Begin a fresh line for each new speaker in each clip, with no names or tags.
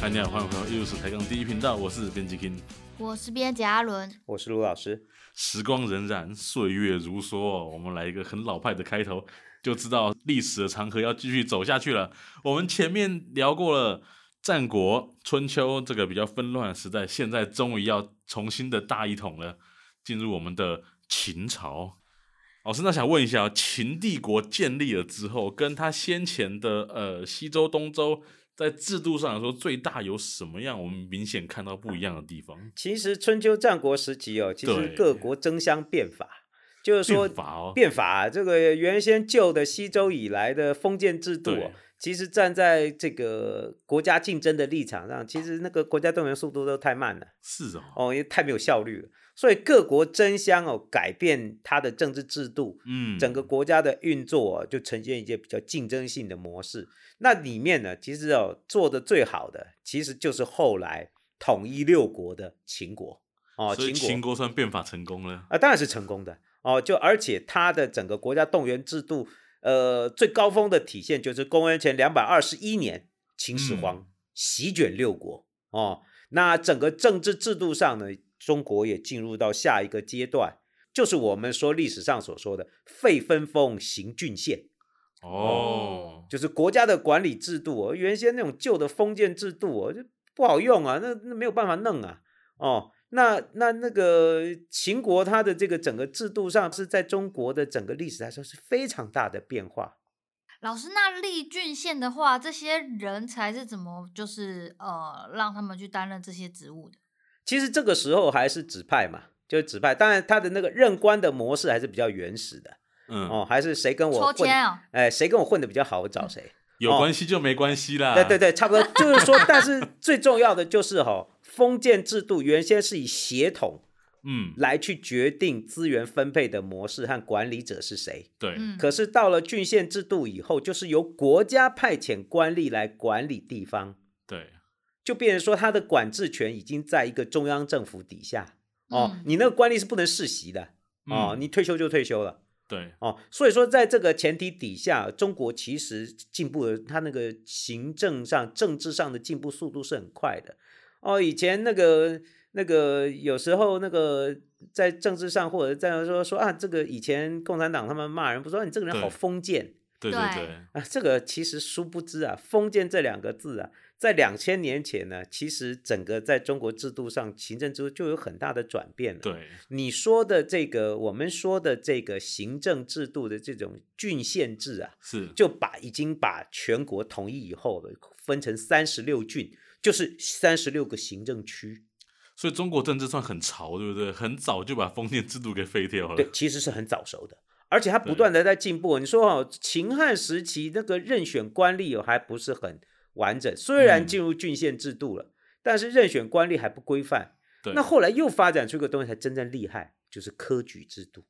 嗨，你好，欢迎回到艺术史台杠第一频道，我是编辑 King。
我是编辑阿伦，
我是卢老师。
时光荏苒，岁月如梭、哦我们来一个很老派的开头，就知道历史的长河要继续走下去了。我们前面聊过了战国、春秋这个比较纷乱的时代，现在终于要重新的大一统了，进入我们的秦朝。老师，那想问一下，哦秦帝国建立了之后，跟他先前的呃西周、东周在制度上来说，最大有什么样我们明显看到不一样的地方？
其实春秋战国时期哦，其实
对
各国争相变法，就是说
变法哦，
变法啊这个原先旧的西周以来的封建制度、
对
哦，其实站在这个国家竞争的立场上，其实那个国家动员速度都太慢了
是哦，
哦，也太没有效率了。所以各国争相哦改变它的政治制度，
嗯，
整个国家的运作、哦、就呈现一些比较竞争性的模式。那里面呢，其实哦做的最好的，其实就是后来统一六国的秦国哦，
所以
秦国
秦国算变法成功了，
啊，当然是成功的哦。就而且它的整个国家动员制度，呃，最高峰的体现就是公元前两百二十一年，秦始
嗯
皇席卷六国哦。那整个政治制度上呢，中国也进入到下一个阶段，就是我们说历史上所说的废分封行郡县。
哦，
就是国家的管理制度、哦，原先那种旧的封建制度、哦，就不好用啊，那那没有办法弄啊，哦，那那那个秦国它的这个整个制度上是在中国的整个历史来说是非常大的变化。
老师，那立郡县的话，这些人才是怎么就是呃让他们去担任这些职务的？
其实这个时候还是指派嘛，就是指派，当然他的那个任官的模式还是比较原始的
嗯，
哦，还是谁跟我
抽
混，
签啊、
哎，谁跟我混的比较好，我找谁。
有
哦
关系就没关系啦，
对对对，差不多就是说，但是最重要的就是哈、封建制度原先是以血统
嗯，
来去决定资源分配的模式和管理者是谁。
对，
嗯，
可是到了郡县制度以后，就是由国家派遣官吏来管理地方，
对，
就变成说他的管制权已经在一个中央政府底下。哦，
嗯
你那个官吏是不能世袭的哦，
嗯
你退休就退休了。
对，
哦，所以说在这个前提底下，中国其实进步的，它那个行政上、政治上的进步速度是很快的。哦，以前那个那个有时候那个在政治上或者在说说啊，这个以前共产党他们骂人，不说你这个人好
对
封建
对
对
对，
啊，这个其实殊不知啊，封建这两个字啊，在两千年前呢，其实整个在中国制度上行政制度就有很大的转变了。
对，
你说的这个，我们说的这个行政制度的这种郡县制啊，
是，
就把已经把全国统一以后了，分成三十六郡，就是三十六个行政区。
所以中国政治算很潮，对不对？很早就把封建制度给废掉
对
了，，
其实是很早熟的，而且它不
呃对
断的在进步。你说哦，秦汉时期那个任选官吏哦，还不是很完整，虽然
嗯
进入郡县制度了，但是任选官吏还不规范。
对，
那后来又发展出一个东西才真正厉害，就是科举制度。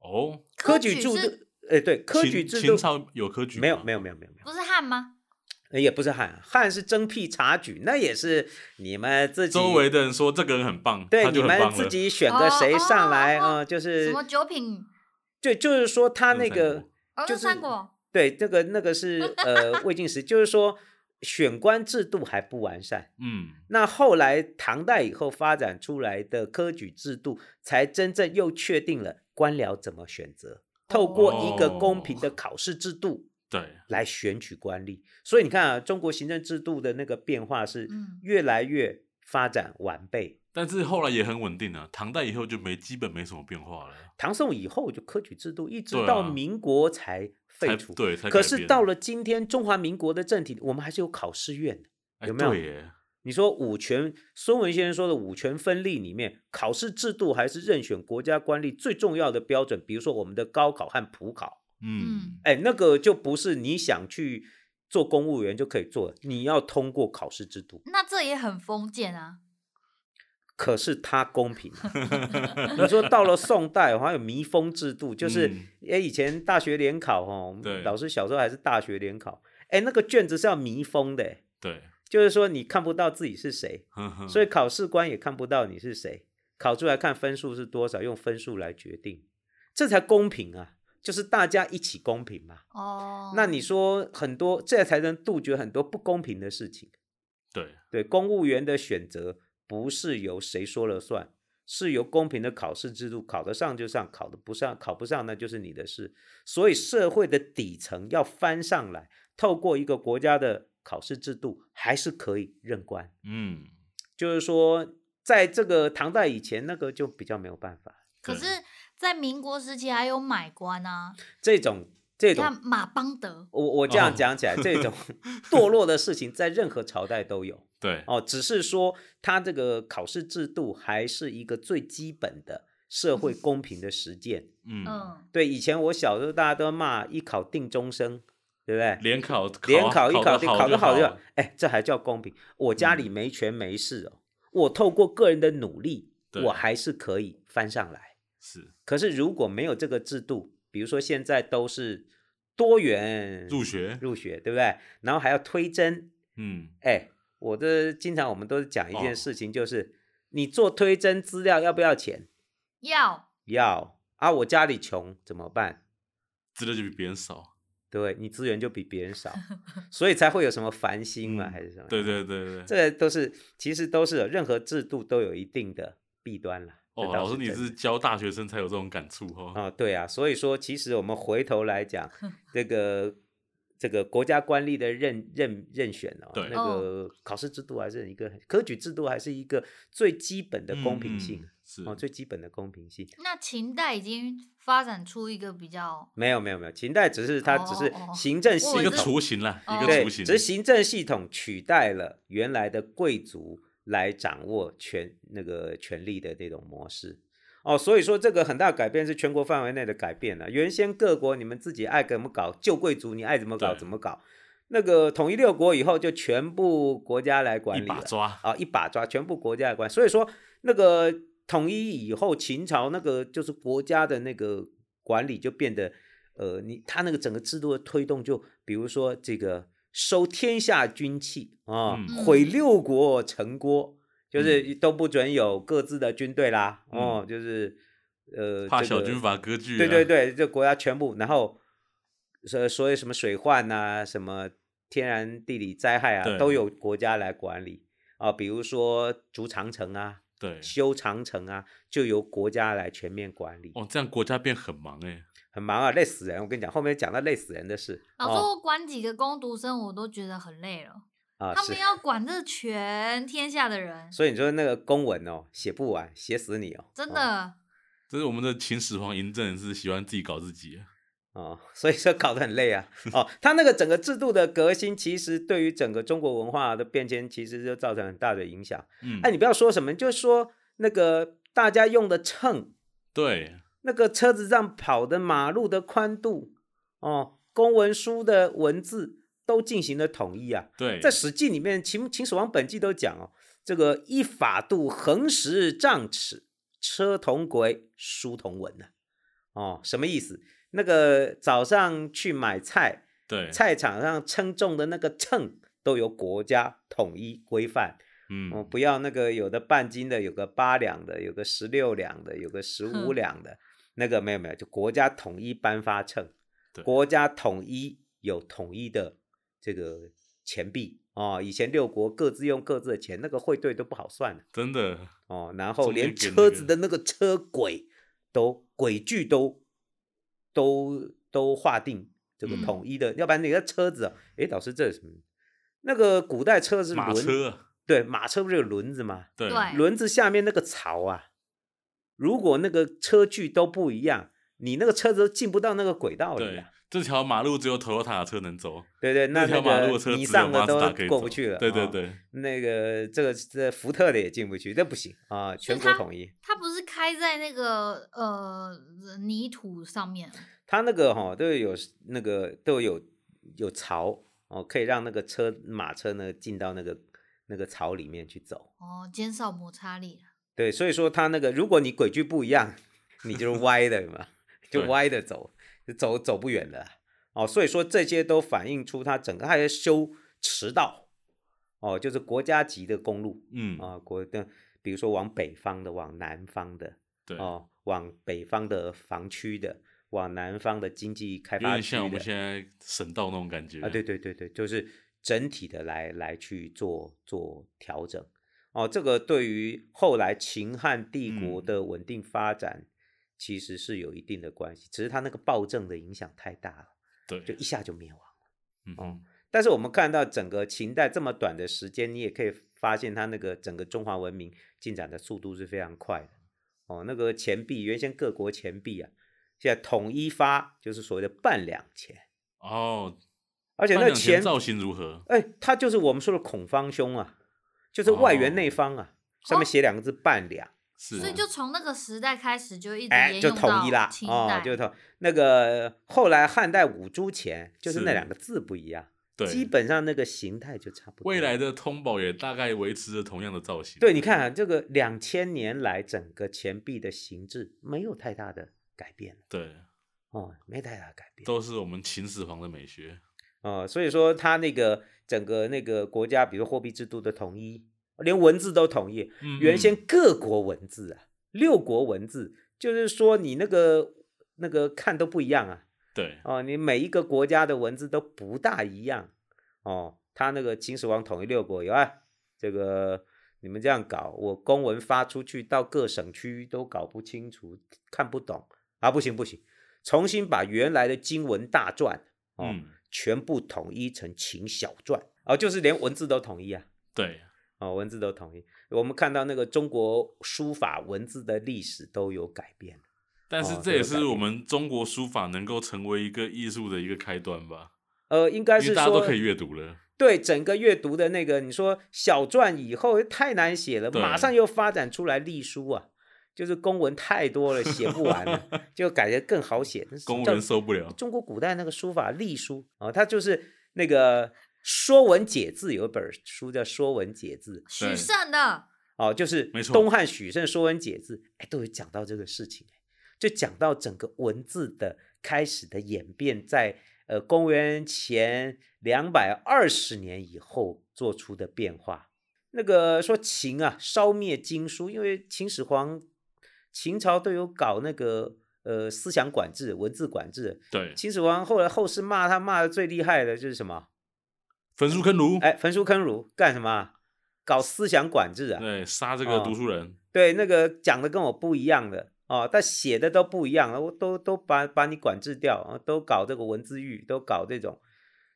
哦，
科举制
是
度，哎，对，科
秦
举制
秦
度。
朝有科举
没有
吗
没有没有没有没
不是汉吗？
有，也不是汉汉是征辟察举，那也是你们自己
周围的人说这个人很棒，
对
他
你
就很
们
棒
自
了，
己选个谁上来
哦哦哦
啊、
哦
就
什
是
么九品？
对，就是说他那
这三
个
国
哦，
就
那
是
三国。
对那个那个是呃魏晋时，就是说选官制度还不完善。
嗯，
那后来唐代以后发展出来的科举制度，才真正又确定了官僚怎么选择，透过一
哦
个公平的考试制度。
对，
来选取官吏。所以你看啊，中国行政制度的那个变化是
嗯
越来越发展完备。
但是后来也很稳定啊，唐代以后就没基本没什么变化了，
唐宋以后就科举制度，一直
对啊
到民国才
才
废除。
对，才
可
改
是
变
到了今天中华民国的政体，我们还是有考试院的。
哎
有没有
对耶
你说五权，孙文先生说的五权分立里面，考试制度还是任选国家官吏最重要的标准。比如说我们的高考和普考，
嗯
嗯，
哎，那个就不是你想去做公务员就可以做的，你要通过考试制度。
那这也很封建啊。
可是它公平 啊。你说到了宋代，还有迷封制度，就是
嗯
诶以前大学联考哦，我
对
们老师小时候还是大学联考，诶，那个卷子是要迷封的，
对，
就是说你看不到自己是谁，
呵呵
所以考试官也看不到你是谁，考出来看分数是多少，用分数来决定，这才公平啊，就是大家一起公平嘛。
哦，
那你说很多，这才能杜绝很多不公平的事情。
对，
对，公务员的选择不是由谁说了算，是由公平的考试制度，考得上就上，考得不上考不上那就是你的事。所以社会的底层要翻上来，透过一个国家的考试制度，还是可以任官。
嗯，
就是说，在这个唐代以前，那个就比较没有办法。
可
对
是，在民国时期还有买官啊，
这种这
你
种
看马邦德，
我我这样
哦
讲起来，这种堕落的事情在任何朝代都有
对，
哦，只是说它这个考试制度还是一个最基本的社会公平的实践。
嗯，
嗯，
对，以前我小时候大家都骂一考定终生，对不对？
联考
联
考
考一考定考
得
得
好嗯
好
就
就
好
好，哎，这还叫公平？我家里没权没势哦，我透过个人的努力，
对
我还是可以翻上来。
是
可是如果没有这个制度，比如说现在都是多元
入学，
入学，对不对？然后还要推甄，
嗯，
哎，我这经常我们都是讲一
哦
件事情，就是、你做推甄资料要不要钱？
要
要啊，我家里穷怎么办？
资料就比别人
啊
少，
对你资源就比别 人少，所以才会有什么烦心嘛，
嗯
还是什么？
对，对对
这
对。
个都是其实都是有任何制度都有一定的弊端啦。这
哦，
倒
老师，你
真的
是教大学生才有这种感触哦。
哦，对啊，所以说其实我们回头来 讲，这个这个国家官吏的任任任选哦，
对
那
哦
个考试制度还是一个很科举制度，还是一个最基本的公
嗯
平性、
嗯是
哦，最基本的公平性。
那秦代已经发展出一个比较，
没有没有没有，秦代只是它只是
哦哦哦
行政系
我
一
以
个
为
统，
是
雏形啦，一
哦
个
对，
雏形。
只是行政系统取代了原来的贵族来掌握权那个权力的这种模式。哦，所以说这个很大改变是全国范围内的改变了、啊原先各国你们自己爱怎么搞，旧贵族你爱怎么搞
对
怎么搞。那个统一六国以后，就全部国家来管
一
理了
把抓，
啊，一把抓，全部国家来管。所以说那个统一以后，秦朝那个就是国家的那个管理就变得，呃，你他那个整个制度的推动就，比如说这个收天下军器啊，
嗯
毁六国成郭，就是都不准有各自的军队啦，哦，就是呃，
嗯怕
这
小
个
军阀割据。啊
对对，对，这国家全部，然后所所以什么水患呐、什么天然地理灾害
对
啊，都有国家来管理啊。比如说筑长城啊、
对，
修长城啊，就由国家来全面管理，
哦，这样国家变很忙哎。
很忙啊，累死人。我跟你讲，后面讲到累死人的事。
老师
哦
我管几个工读生我都觉得很累了，
啊，
他
是
们。要管这全天下的人，
所以你说那个公文哦，写不完，写死你哦，
真
哦
的，
这是我们的秦始皇嬴政是喜欢自己搞自己，啊
哦， 所以说搞得很 累啊。哦，他那个整个制度的革新，其实对于整个中国文化的变迁，其实就造成很大的影响。
嗯，
哎，你不要说什么，你就说那个大家用的秤，
对，
那个车子上跑的马路的宽度，哦，公文书的文字都进行了统一啊。
对，
在《史记》里面，秦秦始皇本纪都讲哦，这个依法度横十丈尺，车同轨，书同文呐、哦，什么意思？那个早上去买菜，
对，
菜场上称重的那个秤都由国家统一规范。我、
嗯，
哦不要那个有的半斤的，有个八两的，有个十六两的，有个十五
哼
两的，那个没有没有，就国家统一颁发秤
对，
国家统一有统一的这个钱币哦。以前六国各自用各自的钱，那个汇兑都不好算的
真的，
哦。然后
中间
连
给那
车子
个
的那个车轨都轨距都都都划定这个
嗯
统一的，要不然你的车子啊，诶，老师这是什么？那个古代车是
马
轮，
车啊，
对，马车不是有轮子吗？
对，
对
轮子下面那个槽啊，如果那个车距都不一样，你那个车子都进不到那个轨道里
对
啊。，
这条马路只有 Toyota 的车能走，
对对，那
这条
那
马路的
个
车
你
只有
上
马
的
自
都
达可以
过
走
不去了。
对对
啊，
对，
那个这个这福特的也进不去，这不行啊，全国
它
统一。
他不是开在那个呃泥土上面，
它那个哈、都有那个都有有槽哦，可以让那个车马车呢进到那个那个槽里面去走。
哦，减少摩擦力啊啦，
对，所以说它那个，如果你轨距不一样，你就是歪的嘛， 就
对
歪的走，就走走不远了。哦，所以说这些都反映出它整个还要修驰道，哦，就是国家级的公路
嗯，
啊、国的，比如说往北方的，往南方的，
对，
哦，往北方的防区的，往南方的经济开
有
发
点
区
像我们
的，
现在省道那种感觉
啊啊，对对对对，就是整体的来来去做做调整。哦，这个对于后来秦汉帝国
嗯
的稳定发展，其实是有一定的关系，只是它那个暴政的影响太大了，
对
就，一下就灭亡。
嗯
哦
哼，
但是我们看到整个秦代这么短的时间，你也可以发现它那个整个中华文明进展的速度是非常快的。哦，那个钱币原先各国钱币啊，现在统一发就是所谓的半两钱，
哦，
而且
半
那
两
钱
钱造型如何？
哎，它就是我们说的孔方兄啊，就是外圆
哦
内方啊，上面
哦
写两个字半两。
是，啊
所以就从那个时代开始就一直
啊哎，
沿
就
用
统一啦
到，清
哦
代，，
就统那个后来汉代五铢钱，就是那
是
两个字不一样，基
对，
本上那个形态就差不多。
未来的通宝也大概维持着同样的造型。
对，你看、啊、这个两千年来整个钱币的形制没有太大的改变
对，
哦，没太大的改变。
都是我们秦始皇的美学。
呃，所以说它那个整个那个国家，比如货币制度的统一，连文字都统一。
嗯
原先
嗯
各国文字啊，六国文字，就是说你那个那个看都不一样啊。
对，
哦，你每一个国家的文字都不大一样哦。他那个秦始皇统一六国以外，这个你们这样搞，我公文发出去到各省区都搞不清楚，看不懂啊，不行不行，重新把原来的金文大篆哦、
嗯，
全部统一成秦小篆哦，就是连文字都统一啊。
对，
哦，文字都统一。我们看到那个中国书法文字的历史都有改变，
但是
哦
这
这
也
个改
是我们中国书法能够成为一个艺术的一个开端吧，
呃，应该
因
是
为大家
说
都可以阅读了。
对整个阅读的那个，你说小篆以后太难写了，
对
马上又发展出来隶书啊，就是公文太多了，写不 完了，就改得更好写。那是
公
叫
文受不了，
中国古代那个书法隶书啊，它就是那个《说文解字》有一本书叫《说文解字》
许
对
慎的
哦，就是
没错
东汉许慎《说文解字》，哎，都有讲到这个事情，就讲到整个文字的开始的演变，在呃公元前两百二十年以后做出的变化。那个说秦啊，烧灭经书，因为秦始皇、秦朝都有搞那个呃思想管制、文字管制。
对，
秦始皇后来后世骂他骂的最厉害的就是什么？
焚书坑儒，
哎，焚书坑儒干什么啊？搞思想管制啊！
对，杀这个
哦
读书人，
对，那个讲的跟我不一样的哦，但写的都不一样，我都都把把你管制掉，啊，都搞这个文字狱，都搞这种。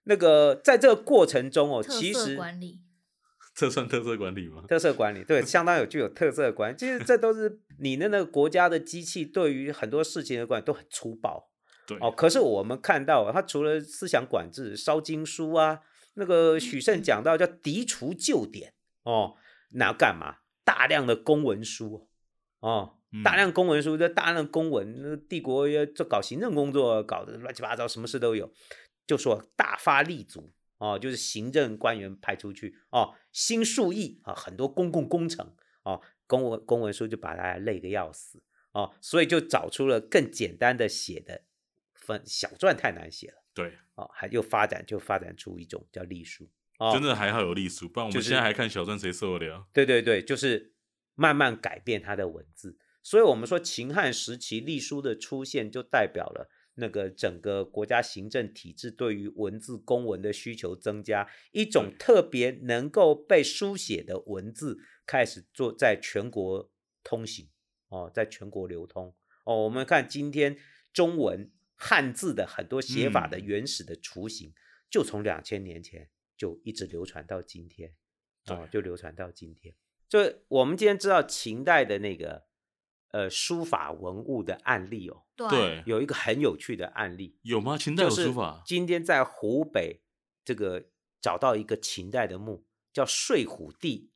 那个在这个过程中哦，
特
其
色
实
管理，
这算特色管理吗？
特色管理对相当有具有特色的管理，其实这都 是你的那个国家的机器对于很多事情的管理都很粗暴
对，
哦。可是我们看到啊，它除了思想管制、烧经书啊，那个
嗯
许慎讲到叫涤除旧典哦，那要干嘛？大量的公文书哦，
嗯
大量公文书，这大量公文，那帝国要做搞行政工作，搞得乱七八糟，什么事都有，就说大发立足哦，就是行政官员派出去哦，新数亿啊，很多公共工程哦，公文公文书就把大家累个要死哦，所以就找出了更简单的写的分小篆太难写了。
对，
哦，还又发展就发展出一种叫隶书哦，
真的还好有隶书，不然我
就
们
是
现在还看小篆，谁受得了？
对对对，就是慢慢改变它的文字。所以我们说秦汉时期隶书的出现，就代表了那个整个国家行政体制对于文字公文的需求增加，一种
对
特别能够被书写的文字开始做在全国通行哦，在全国流通哦。我们看今天中文汉字的很多写法的
嗯
原始的雏形，就从两千年前就一直流传到今天。哦
对，
就流传到今天。就我们今天知道秦代的那个呃书法文物的案例哦，
对，
对，
有一个很有趣的案例，
有吗？秦代
就
有
是
书法，
今天在湖北这个找到一个秦代的墓，叫睡虎地，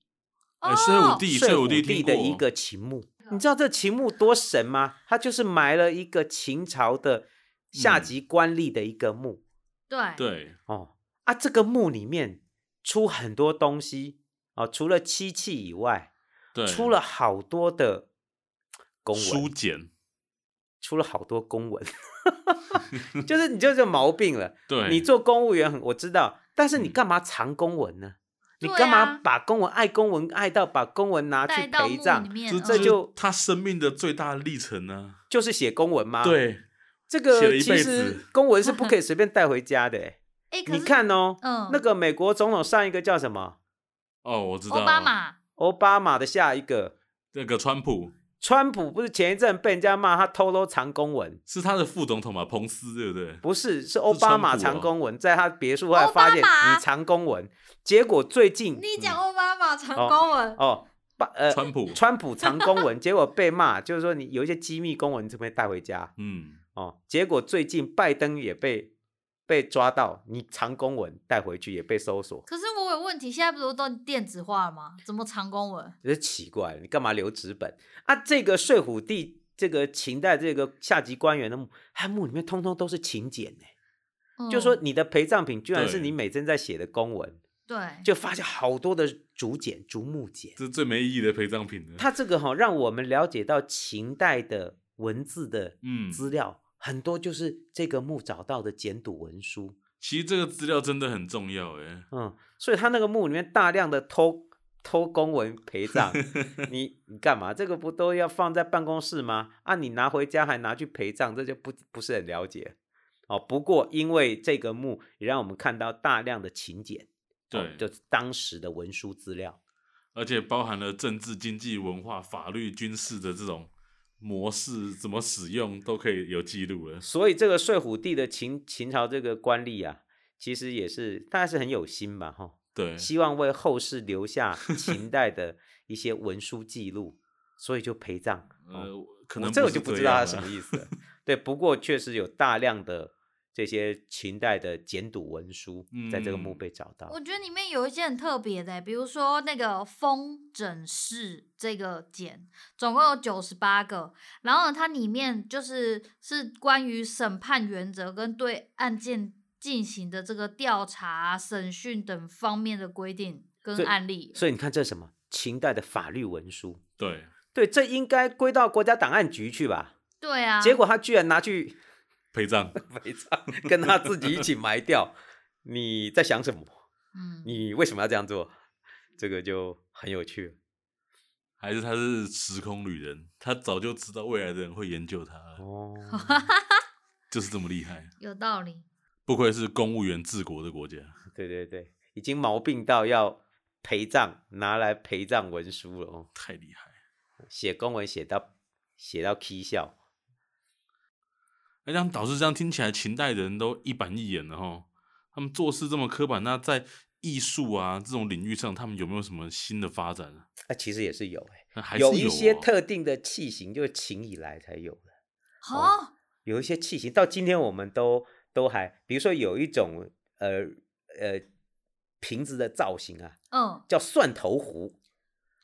哎，
哦
睡虎地，
睡
虎
虎
地
地
听
的一
过哦
个秦墓。你知道这秦墓多神吗？它就是埋了一个秦朝的下
嗯
级官吏的一个墓。
对
对，
哦啊，这个墓里面出很多东西哦，除了漆器以外，
对，
出了好多的公
书
文，
简，
出了好多公 文，就是你就是有毛病了。
对，
你做公务员很我知道，但是你
嗯
干嘛藏公文呢？你
对
干嘛
啊
把公文爱公文爱到把公文拿
带
去
到
陪
墓里
葬？
面，
这
嗯
这
是
呃就
他生命的最大的历程呢。
就是写公文吗？，
对，
这
写了
个
一
其
辈
实
子
公文是不可以随便带回家的、欸。
哎、哎，可
你
是，
看哦，
嗯，
那个美国总统上一个叫什么？
哦，我知道，
奥巴马，
奥巴马的下一个
那个川普
川普，不是前一阵被人家骂他偷偷藏公文？
是他的副总统嘛，彭斯对不对？
不是，是奥巴马
是川普哦
藏公文，在他别墅后来发现
奥巴马
你藏公文，结果最近
你讲奥巴马长
嗯哦
公文，
哦，巴呃，
川普，
川普藏公文，结果被骂，就是说你有一些机密公文你怎么会带回家？
嗯，
哦，结果最近拜登也被被抓到，你藏公文带回去也被搜索，
可是我有问题，现在不是都电子化了吗？怎么长公文？
这是奇怪，你干嘛留纸本啊？这个睡虎地这个秦代这个下级官员的墓，他墓里面通通都是请柬呢，
嗯
就说你的陪葬品居然是
对
你每天在写的公文，
对，
就发现好多的竹简、竹木简。
这是最没意义的陪葬品了。
它这个哈、让我们了解到秦代的文字的
嗯，
资料、很多，就是这个墓找到的简牍文书。
其实这个资料真的很重要哎。
嗯，所以他那个墓里面大量的偷偷公文陪 葬，你你干嘛？这个不都要放在办公室吗？啊，你拿回家还拿去陪葬，这就不不是很了解哦。不过因为这个墓也让我们看到大量的秦简，哦
对，
就是当时的文书资料。
而且包含了政治、经济、文化、法律、军事的这种模式，怎么使用都可以有记录了。
所以这个睡虎地的秦秦朝这个官吏啊，其实也是大概是很有心吧，哈，
对，
希望为后世留下秦代的一些文书记录，所以就陪 葬。
呃
哦，，
可能
我这
不
个就是不
这
知道
样啊
他
了
什么意思 了。对，不过确实有大量的这些秦代的简牍文书在这个墓
嗯
被找到。
我觉得里面有一些很特别的欸，比如说那个风筝式这个简，总共有九十八个，然后呢它里面就是是关于审判原则跟对案件进行的这个调查、审讯等方面的规定跟
所以
案例。
所以你看这是什么？秦代的法律文书。
对，
对，这应该归到国家档案局去吧？
对啊，
结果他居然拿去
陪葬，
肥皂 跟他自己一起埋掉。你在想什么？
嗯，
你为什么要这样做？这个就很有趣了。
还是他是时空旅人，他早就知道未来的人会研究他了，
哦，
就是这么厉害。
有道理。
不愧是公务员治国的国家，
对对对，已经毛病到要陪葬，拿来陪葬文书了哦。
太厉害。
写公文写到写到 K 笑，
哎，这样导师这样听起来，秦代人都一板一眼的哈，他们做事这么刻板，那在艺术啊这种领域上，他们有没有什么新的发展啊？
啊，其实也是有哎、
那还是
有
有
一些
哦
特定的器型，就是秦以来才有的。
好、
哦有一些器型到今天我们都都还，比如说有一种呃呃瓶子的造型啊，
嗯，
叫蒜头壶。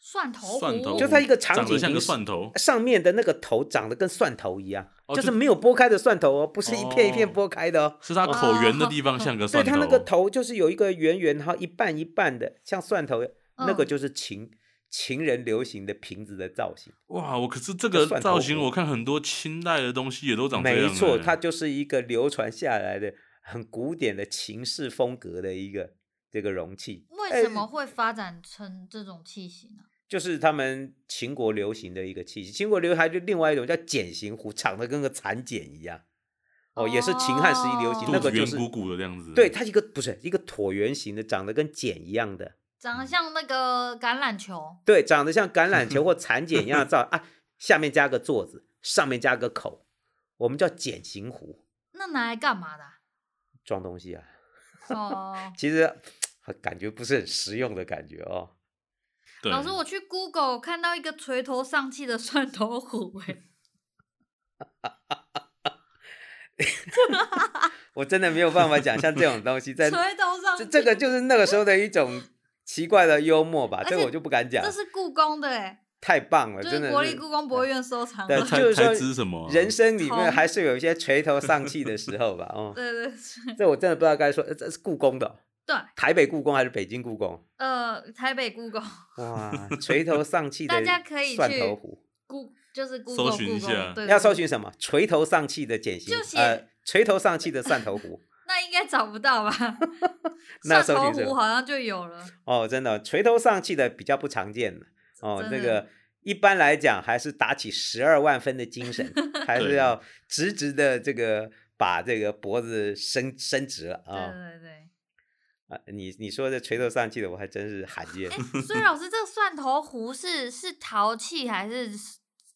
蒜头
蒜
糊
头
就它一个
长
长
得
颈
像
瓶
个
是呃
蒜头，
上面的那个头长得跟蒜头一样，
哦
就是
就
没有剥开的蒜头哦，不是一片一片
哦
剥开的哦。
是它口圆的地方像个
哦对，
蒜头，
它那个头就是有一个圆圆，然后一半一半的，像蒜头，那个
嗯
就是秦秦人流行的瓶子的造型。
哇，我可是这
就
个
蒜头
造型，
骨
我看很多清代的东西也都长这样、欸。
没错，它就是一个流传下来的很古典的秦式风格的一个这个容器，
为
哎
什么会发展成这种器型呢、
就是他们秦国流行的一个器型。秦国流还就另外一种叫茧形壶，长得跟个蚕茧一样。哦，也是秦汉时期流行，
哦
肚
那个
子
就
圆
是
鼓鼓的这样
嗯
子。
对，，它一个不是一个椭圆形的，长得跟茧一样的，
长得像那个橄榄球，
对，长得像橄 榄球或蚕茧一样的造啊，下面加个座子，上面加个口，我们叫茧形壶
那拿来干嘛的啊、
装东西啊。，
哦
其实感觉不是很实用的感觉哦。
对
老师，我去 Google 看到一个垂头丧气的蒜头 虎、欸，
我真的没有办法想象这种东 西在
哎，垂头丧
这
气，
这个就是那个时候的一种奇怪的幽默吧，
而
这个
且
我就不敢讲
这，是故宫的、欸，
太棒了，
就
哦真的
是国立
是。
故宫博物院收藏
对
那
的。
才
就是说
才知什么啊、
人生里面
从
还是有一些垂头丧气的时候吧，哦，
对对对
这我真的不知道该说，呃这是故宫的哦、
对，
台北故宫还是北京故宫？
呃，台北故宫，
哇，垂头丧气 的
大家可以
蒜
去
头壶，
故就是故宫，
搜寻一
故宫
下
对
要搜。
对对
寻什么？垂头丧气的简型
就，写
呃，垂头丧气的蒜头壶。
那应该找不到吧？
那
蒜
搜
头
寻什
虎
么
好像就有了。
哦，真的，垂头丧气的比较不常见了哦，
真
那
的
个一 般来讲还是打起十二万分的精神，还是
对
要直直的这个。把这个脖子伸伸直了
对
啊
对对。
啊！你你说这垂头丧气的，我还真是罕见。
哎， 所以老师，这个蒜头壶是是陶器还是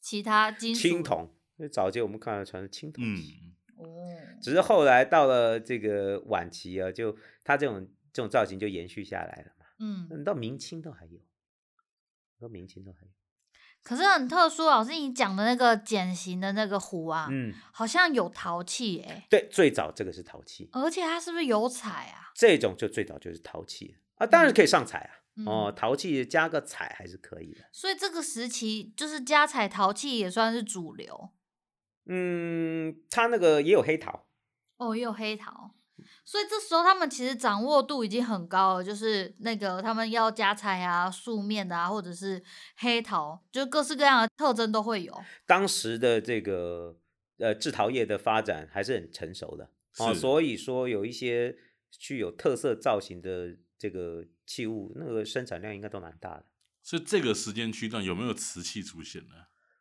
其他金属？
青铜，那早期我们看到传是青铜器。
嗯，
哦，
只是后来到了这个晚期啊，就它这种这种造型就延续下来了嘛。
嗯，
那到明清都还有，到明清都还有。
可是很特殊，老师你讲的那个茧型的那个壶啊，
嗯，
好像有陶器哎、
对，最早这个是陶器，
而且它是不是有彩啊？
这种就最早就是陶器啊，当然可以上彩啊。
嗯、
哦，，陶器加个彩还是可以的。
所以这个时期就是家彩陶器也算是主流
嗯，它那个也有黑陶，
哦，也有黑陶。所以这时候他们其实掌握度已经很高了，就是那个他们要家彩啊、素面的啊，或者是黑陶，就各式各样的特征都会有。
当时的这个呃制陶业的发展还是很成熟的哦，
是
所以说有一些具有特色造型的这个器物，那个生产量应该都蛮大的。
所以这个时间区段有没有瓷器出现呢？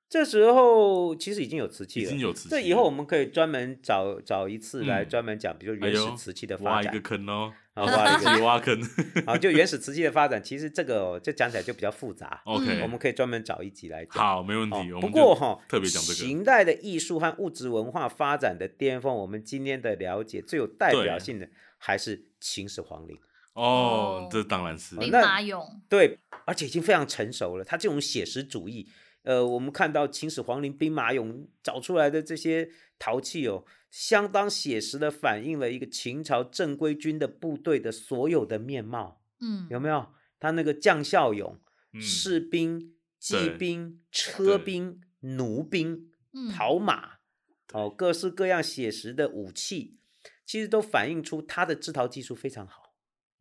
这时候其实已经有瓷器
已
了，
经有瓷器了，
这以后我们可以专门找找一次来
嗯
专门讲，比如说
哎
原
呦
始瓷器的发
挖一
展
个坑哦，
啊挖一
自己挖 坑
啊，就原始瓷器的发展，其实这个哦这讲起来就比较复杂，
哦，OK，
嗯我们可以专门找一集来讲。
好，没问题。
哦
我
不
们
过
就
哈，
特别讲这个，
秦代的艺术和物质文化发展的巅峰，我们今天的了解最有代表
对
性的还是秦始皇陵。
哦，这当然是
兵
那
马俑，
对，而且已经非常成熟了。他这种写实主义，呃，我们看到秦始皇陵、兵马俑找出来的这些陶器哦，相当写实的反映了一个秦朝正规军的部队的所有的面貌，
嗯，
有没有？他那个将校俑、
嗯
士兵、骑
对
兵、车
对
兵、弩兵。
嗯
跑马，哦，各式各样写实的武器，其实都反映出他的制陶技术非常好。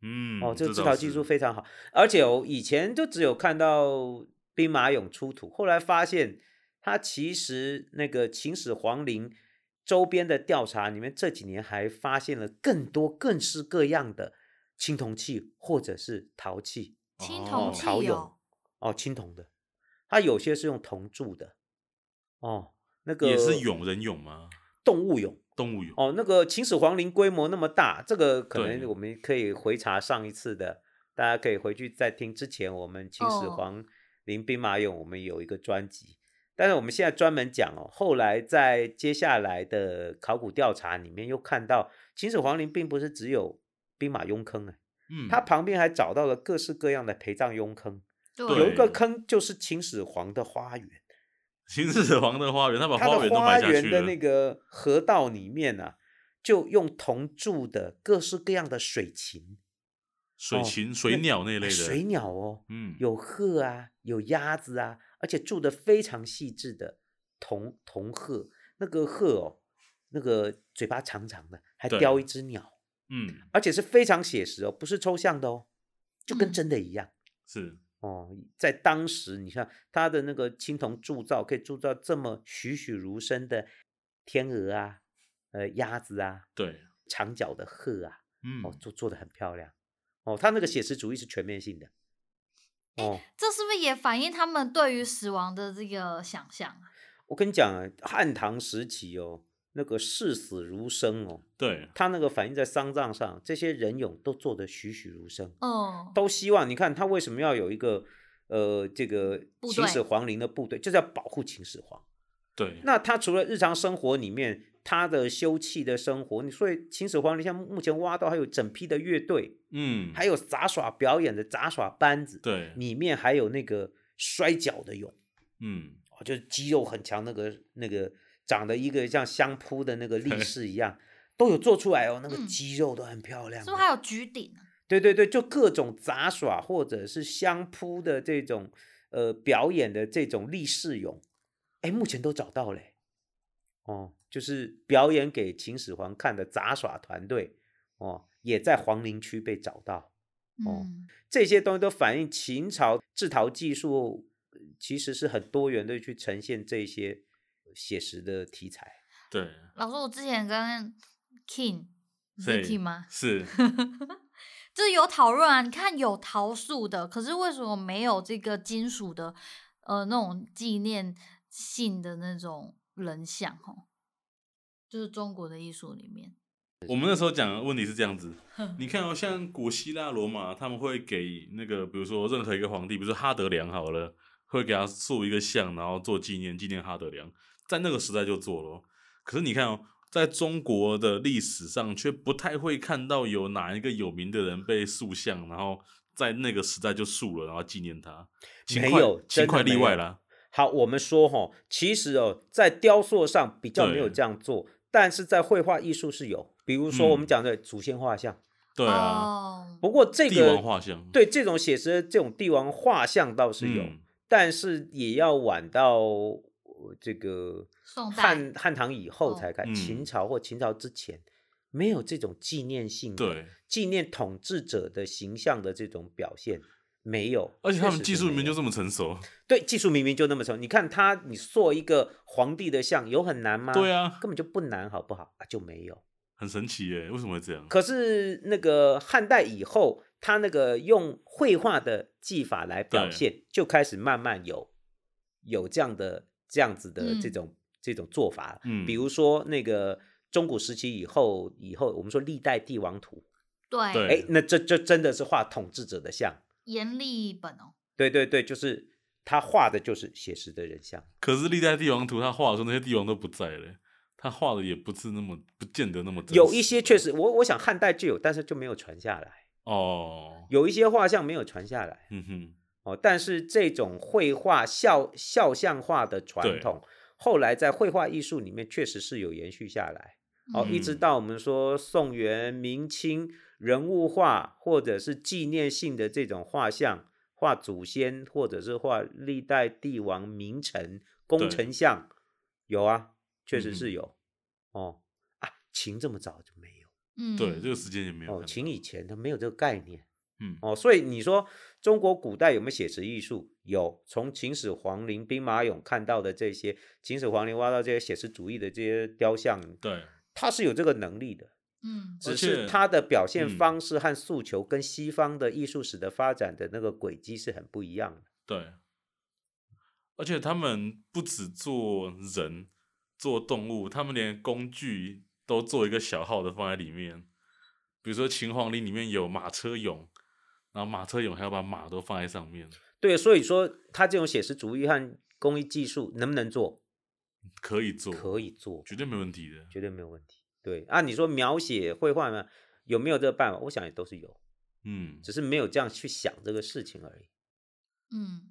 嗯，
哦，这个制
倒
陶
是
技术非常好，而且我以前就只有看到兵马俑出土，后来发现它其实那个秦始皇陵周边的调查里面，这几年还发现了更多各式各样的青铜器或者是陶器
青
哦
铜器
陶俑
哦，
哦，青铜的，它有些是用铜铸的，哦，那个
也是俑人俑吗？
动物俑。
动物俑
哦，那个秦始皇陵规模那么大，这个可能
对
我们可以回查上一次的，大家可以回去再听之前我们秦始
哦
皇陵兵马俑，我们有一个专辑。但是我们现在专门讲哦，后来在接下来的考古调查里面又看到，秦始皇陵并不是只有兵马俑坑啊，
嗯，
它旁边还找到了各式各样的陪葬俑坑，
对
有一个坑就是秦始皇的花园。
秦始皇的花园，他把
它
花
的
园都
花
埋下去
园的
了。
那个河道里面啊，就用铜铸的各式各样的水禽
水
哦
禽、水鸟那类的，
水鸟哦，
嗯，
有鹤啊，有鸭子啊，而且铸的非常细致的铜铜鹤，那个鹤哦，那个嘴巴长长的，还
对
叼一只鸟，
嗯，
而且是非常写实哦，不是抽象的哦，就跟
嗯
真的一样。
是
哦，在当时，你看它的那个青铜铸造，可以铸造这么栩栩如生的天鹅啊，呃，鸭子啊，
对，
长角的鹤啊，
嗯，
哦，做做的很漂亮。哦，它那个写实主义是全面性的。哦，
这是不是也反映他们对于死亡的这个想象啊？
我跟你讲啊，汉唐时期哦，那个视死如生哦，
对，
它那个反映在丧葬上，这些人俑都做得栩栩如生。
嗯，
都希望。你看他为什么要有一个呃这个
部
秦
队
始皇陵的部队，就是要保护秦始皇。
对，
那他除了日常生活里面他的休憩的生活，你所以秦始皇陵像目前挖到还有整批的乐队，
嗯，
还有杂耍表演的杂耍班子，
对，
里面还有那个摔跤的俑，
嗯，
哦就是肌肉很强那个那个长得一个像相扑的那个力
对
士一样。都有做出来哦，那个
嗯
肌肉都很漂亮
是
哦、
不是还有举鼎啊？
对对对，就各种杂耍或者是相扑的这种呃表演的这种立式俑，哎，目前都找到嘞。哦，就是表演给秦始皇看的杂耍团队，哦，也在皇陵区被找到。哦
嗯，
这些东西都反映秦朝制陶技术呃其实是很多元的去呈现这些写实的题材。
对，
老师，我之前跟 King 你
所
是
以
King 吗？
是
就是有讨论啊，你看有桃树的，可是为什么没有这个金属的，呃，那种纪念性的那种人像？哦，就是中国的艺术里面，
我们那时候讲的问题是这样 子，你看哦，像古希腊罗马，他们会给那个，比如说任何一个皇帝，比如说哈德良好了，会给他塑一个像，然后做纪念，纪念哈德良，在那个时代就做了哦。可是你看哦，在中国的历史上，却不太会看到有哪一个有名的人被塑像，然后在那个时代就塑了，然后纪念他。秦
没
桧
有
秦
真的
桧例
没
外
有
啦。
好，我们说哈，其实哦，在雕塑上比较没有
对
这样做，但是在绘画艺术是有，比如说我们
嗯
讲的祖先画像。
对啊，
哦，
不过这
帝王
个
画像。
对这种写实的这种帝王画像倒是有，
嗯
但是也要晚到呃这个
宋代
汉汉唐以后
哦
才开，
嗯
秦朝或秦朝之前没有这种纪念性的、
对，
纪念统治者的形象的这种表现。没有，
而且他们
确实
技术里面
没有啊
就这么成熟。
对技术明明就那么丑，你看他，你塑一个皇帝的像有很难吗？
对，啊，
根本就不难，好不好？啊，就没有。
很神奇耶，为什么会这样？
可是那个汉代以后，他那个用绘画的技法来表
对
现，就开始慢慢有有这样的这样子的这
嗯
种、这种做法。
嗯
比如说那个中古时期以后，以后我们说历代帝王图，
对
对
哎，那这这真的是画统治者的像。
阎立本哦，
对对对，就是他画的就是写实的人像。
可是历代帝王图他画的时候，那些帝王都不在了，他画的也不是那么，不见得那么真实
有一些确实，我我想汉代就有，但是就没有传下来。
哦，
有一些画像没有传下来。
嗯哼，
哦，但是这种绘画肖肖像画的传
对
统，后来在绘画艺术里面确实是有延续下来。哦，一直
嗯
到我们说宋元、明清人物画，或者是纪念性的这种画像，画祖先，或者是画历代帝王名臣、功
对
臣像，有啊，确实
嗯
是有。哦啊，秦这么早就没有
嗯，
对，这个时间也没有
哦，
看
秦
到
以前它没有这个概念。
嗯
哦，所以你说中国古代有没有写实艺术？有，从秦始皇陵、兵马俑看到的这些，秦始皇陵挖到这些写实主义的这些雕像，
对，
它是有这个能力的，
嗯，
而
只
且
是它的表现
嗯
方式和诉求跟西方的艺术史的发展的那个轨迹是很不一样的。
对，而且他们不只做人，做动物，他们连工具都做一个小号的放在里面。比如说秦皇陵里面有马车俑，然后马车俑还要把马都放在上面，
对，所以说它这种写实主义和工艺技术能不能做？
可以做，
可以做，
绝对没问题的。
绝对没有问题。对，啊，你说描写绘画呢，有没有这个办法？我想也都是有，
嗯，
只是没有这样去想这个事情而已。
嗯，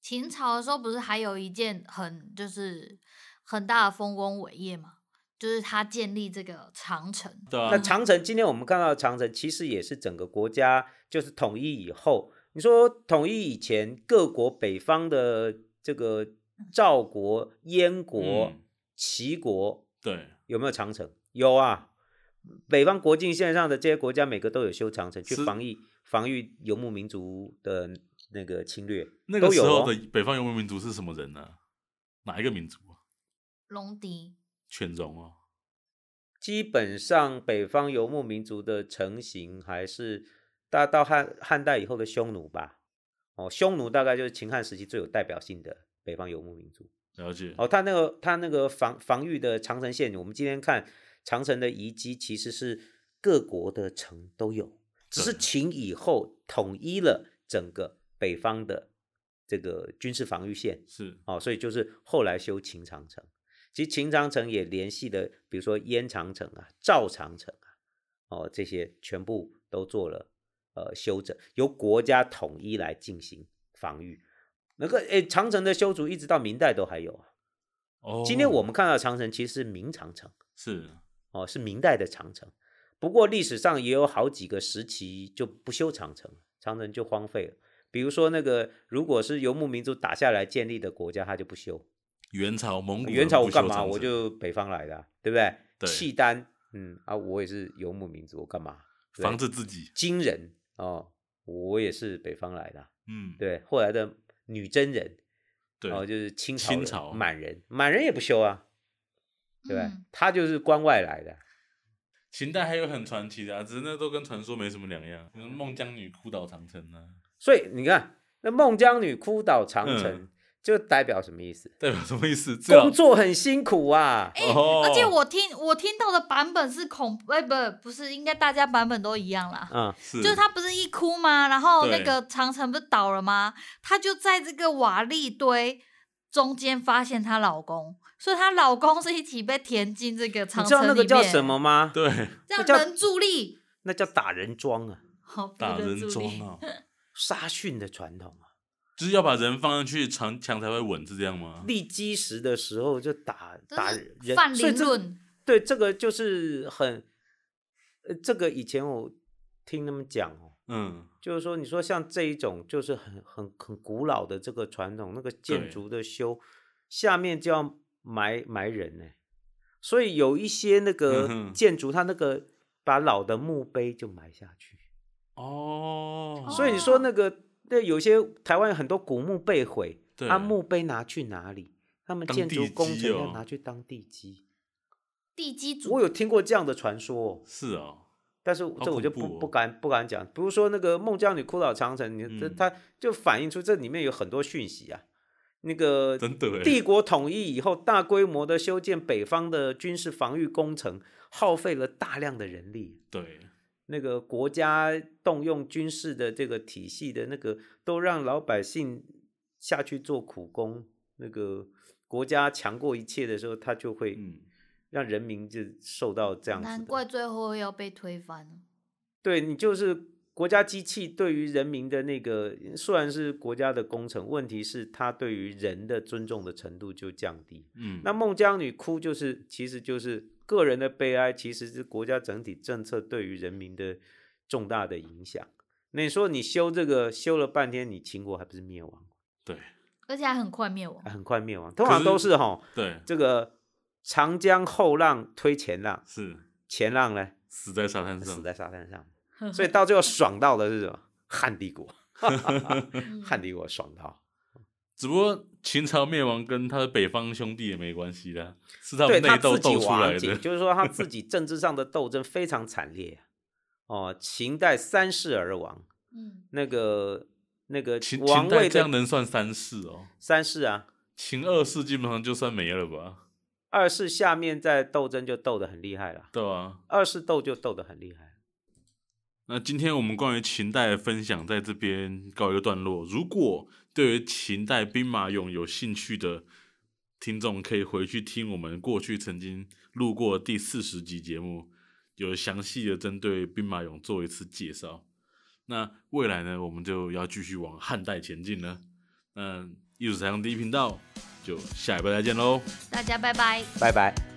秦朝的时候不是还有一件很就是很大的丰功伟业嘛，就是他建立这个长城。
对啊
那，长城，今天我们看到的长城，其实也是整个国家就是统一以后，你说统一以前，各国北方的这个赵国、燕国
嗯、
齐国
对，
有没有长城？有啊，北方国境线上的这些国家，每个都有修长城去
是
防御防御游牧民族的那个侵略，
那个
都
时
有
候
哦
的北方游牧民族是什么人呢、哪一个民族啊？
龙迪
犬戎哦，
基本上北方游牧民族的成型还是大到汉汉代以后的匈奴吧。哦，匈奴大概就是秦汉时期最有代表性的北方游牧民族。
了解。
哦，他那个他那个防防御的长城线，我们今天看长城的遗迹，其实是各国的城都有，只是
对
秦以后统一了整个北方的这个军事防御线。
是，
哦，所以就是后来修秦长城。其实秦长城也联系的，比如说燕长城啊、赵长城啊，哦，这些全部都做了呃修整，由国家统一来进行防御。那个诶，长城的修筑一直到明代都还有啊。
哦，
今天我们看到的长城其实是明长城
是
哦，是明代的长城。不过历史上也有好几个时期就不修长城，长城就荒废了。比如说那个，如果是游牧民族打下来建立的国家，他就不修。
元朝蒙古人
呃元朝我
不修
干嘛？
长
我
城
就北方来的啊、对不对？
对
契丹，嗯啊，我也是游牧民族，我干嘛？对
防止自己，
金人哦，我也是北方来的啊、
嗯，
对，后来的女真人，
对
哦，就是清朝人、
清朝
满人，满人也不修啊，对不对？
嗯
他就是关外来的，
秦代还有很传奇的、啊，只是那都跟传说没什么两样，比如孟姜女哭倒长城啊，
所以你看，那孟姜女哭倒长城，
嗯啊
就代表什么意思？
代表什么意思？至少
工作很辛苦啊，
哎、
哦
而且我听我听到的版本是恐，哎、不不是，应该大家版本都一样啦。
嗯，
是
就是他不是一哭吗？然后那
对
个长城不是倒了吗？她就在这个瓦砾堆中间发现她老公，所以她老公是一起被填进这个
你
长
知
城
道
里面。
那个叫什？么吗？
对
叫
那叫
人助力。
那叫打人桩啊，
好，不
打
能
人
助
桩
力
啊，
杀训的传统啊，
就是要把人放上去，墙墙才会稳，是这样吗？
立基石的时候就打打
真是
人，
范
所以
林
这
论，
对，这个就是很，呃，这个以前我听他们讲哦，
嗯，
就是说你说像这一种就是很很很古老的这个传统，那个建
对
筑的修下面就要埋埋人呢、所以有一些那
嗯
个
哼
建筑，它那个把老的墓碑就埋下去，
哦，
所以你说那个那有些台湾有很多古墓被毁，
对
啊，墓碑拿去哪里？他们
当
建
地
筑工
基
程
哦
要拿去当地基，
地基组
我有听过这样的传说、哦。
是哦，
但是这我就
恐
不
怖
不
哦
敢不敢讲。比如说那个《孟姜女哭倒长城》，你这
嗯
它就反映出这里面有很多讯息啊。那个
真的欸
帝国统一以后，大规模的修建北方的军事防御工程，耗费了大量的人力。啊
对，
那个国家动用军事的这个体系的那个，都让老百姓下去做苦工。那个国家强过一切的时候，它就会
嗯，
让人民就受到这样子的。
难怪最后要被推翻。
对你就是国家机器对于人民的那个，虽然是国家的工程，问题是它对于人的尊重的程度就降低。
嗯，
那孟姜女哭就是，其实就是个人的悲哀，其实是国家整体政策对于人民的重大的影响。那你说你修这个修了半天，你秦国还不是灭亡？
对
而且还很快灭亡
啊。很快灭亡，通常都
是
是哈
对
这个长江后浪推前浪，
是
前浪呢
死在沙滩
死
上，
在沙滩上。啊所以到最后爽到的是什么？汉帝国，
嗯
汉帝国爽到，
只不过秦朝灭亡跟他的北方兄弟也没关系啦，是他
对
们
他
内斗
自己
斗出
瓦
来
解，
的，
就是说 他自己政治上的斗争非常惨烈啊。哦，秦代三世而亡，
嗯，
那个那个
秦
王
秦代
位
这样
的
能算三世哦，
三世啊，
秦二世基本上就算没了吧，
二世下面在斗争就斗得很厉害了，
对啊，
二世斗就斗得很厉害。
那今天我们关于秦代的分享在这边告一个段落。如果对于秦代兵马俑有兴趣的听众，可以回去听我们过去曾经录过的第四十集节目，有详细的针对兵马俑做一次介绍。那未来呢，我们就要继续往汉代前进了。那艺术采样第一频道就下一拜再见喽。
大家拜拜。
拜拜。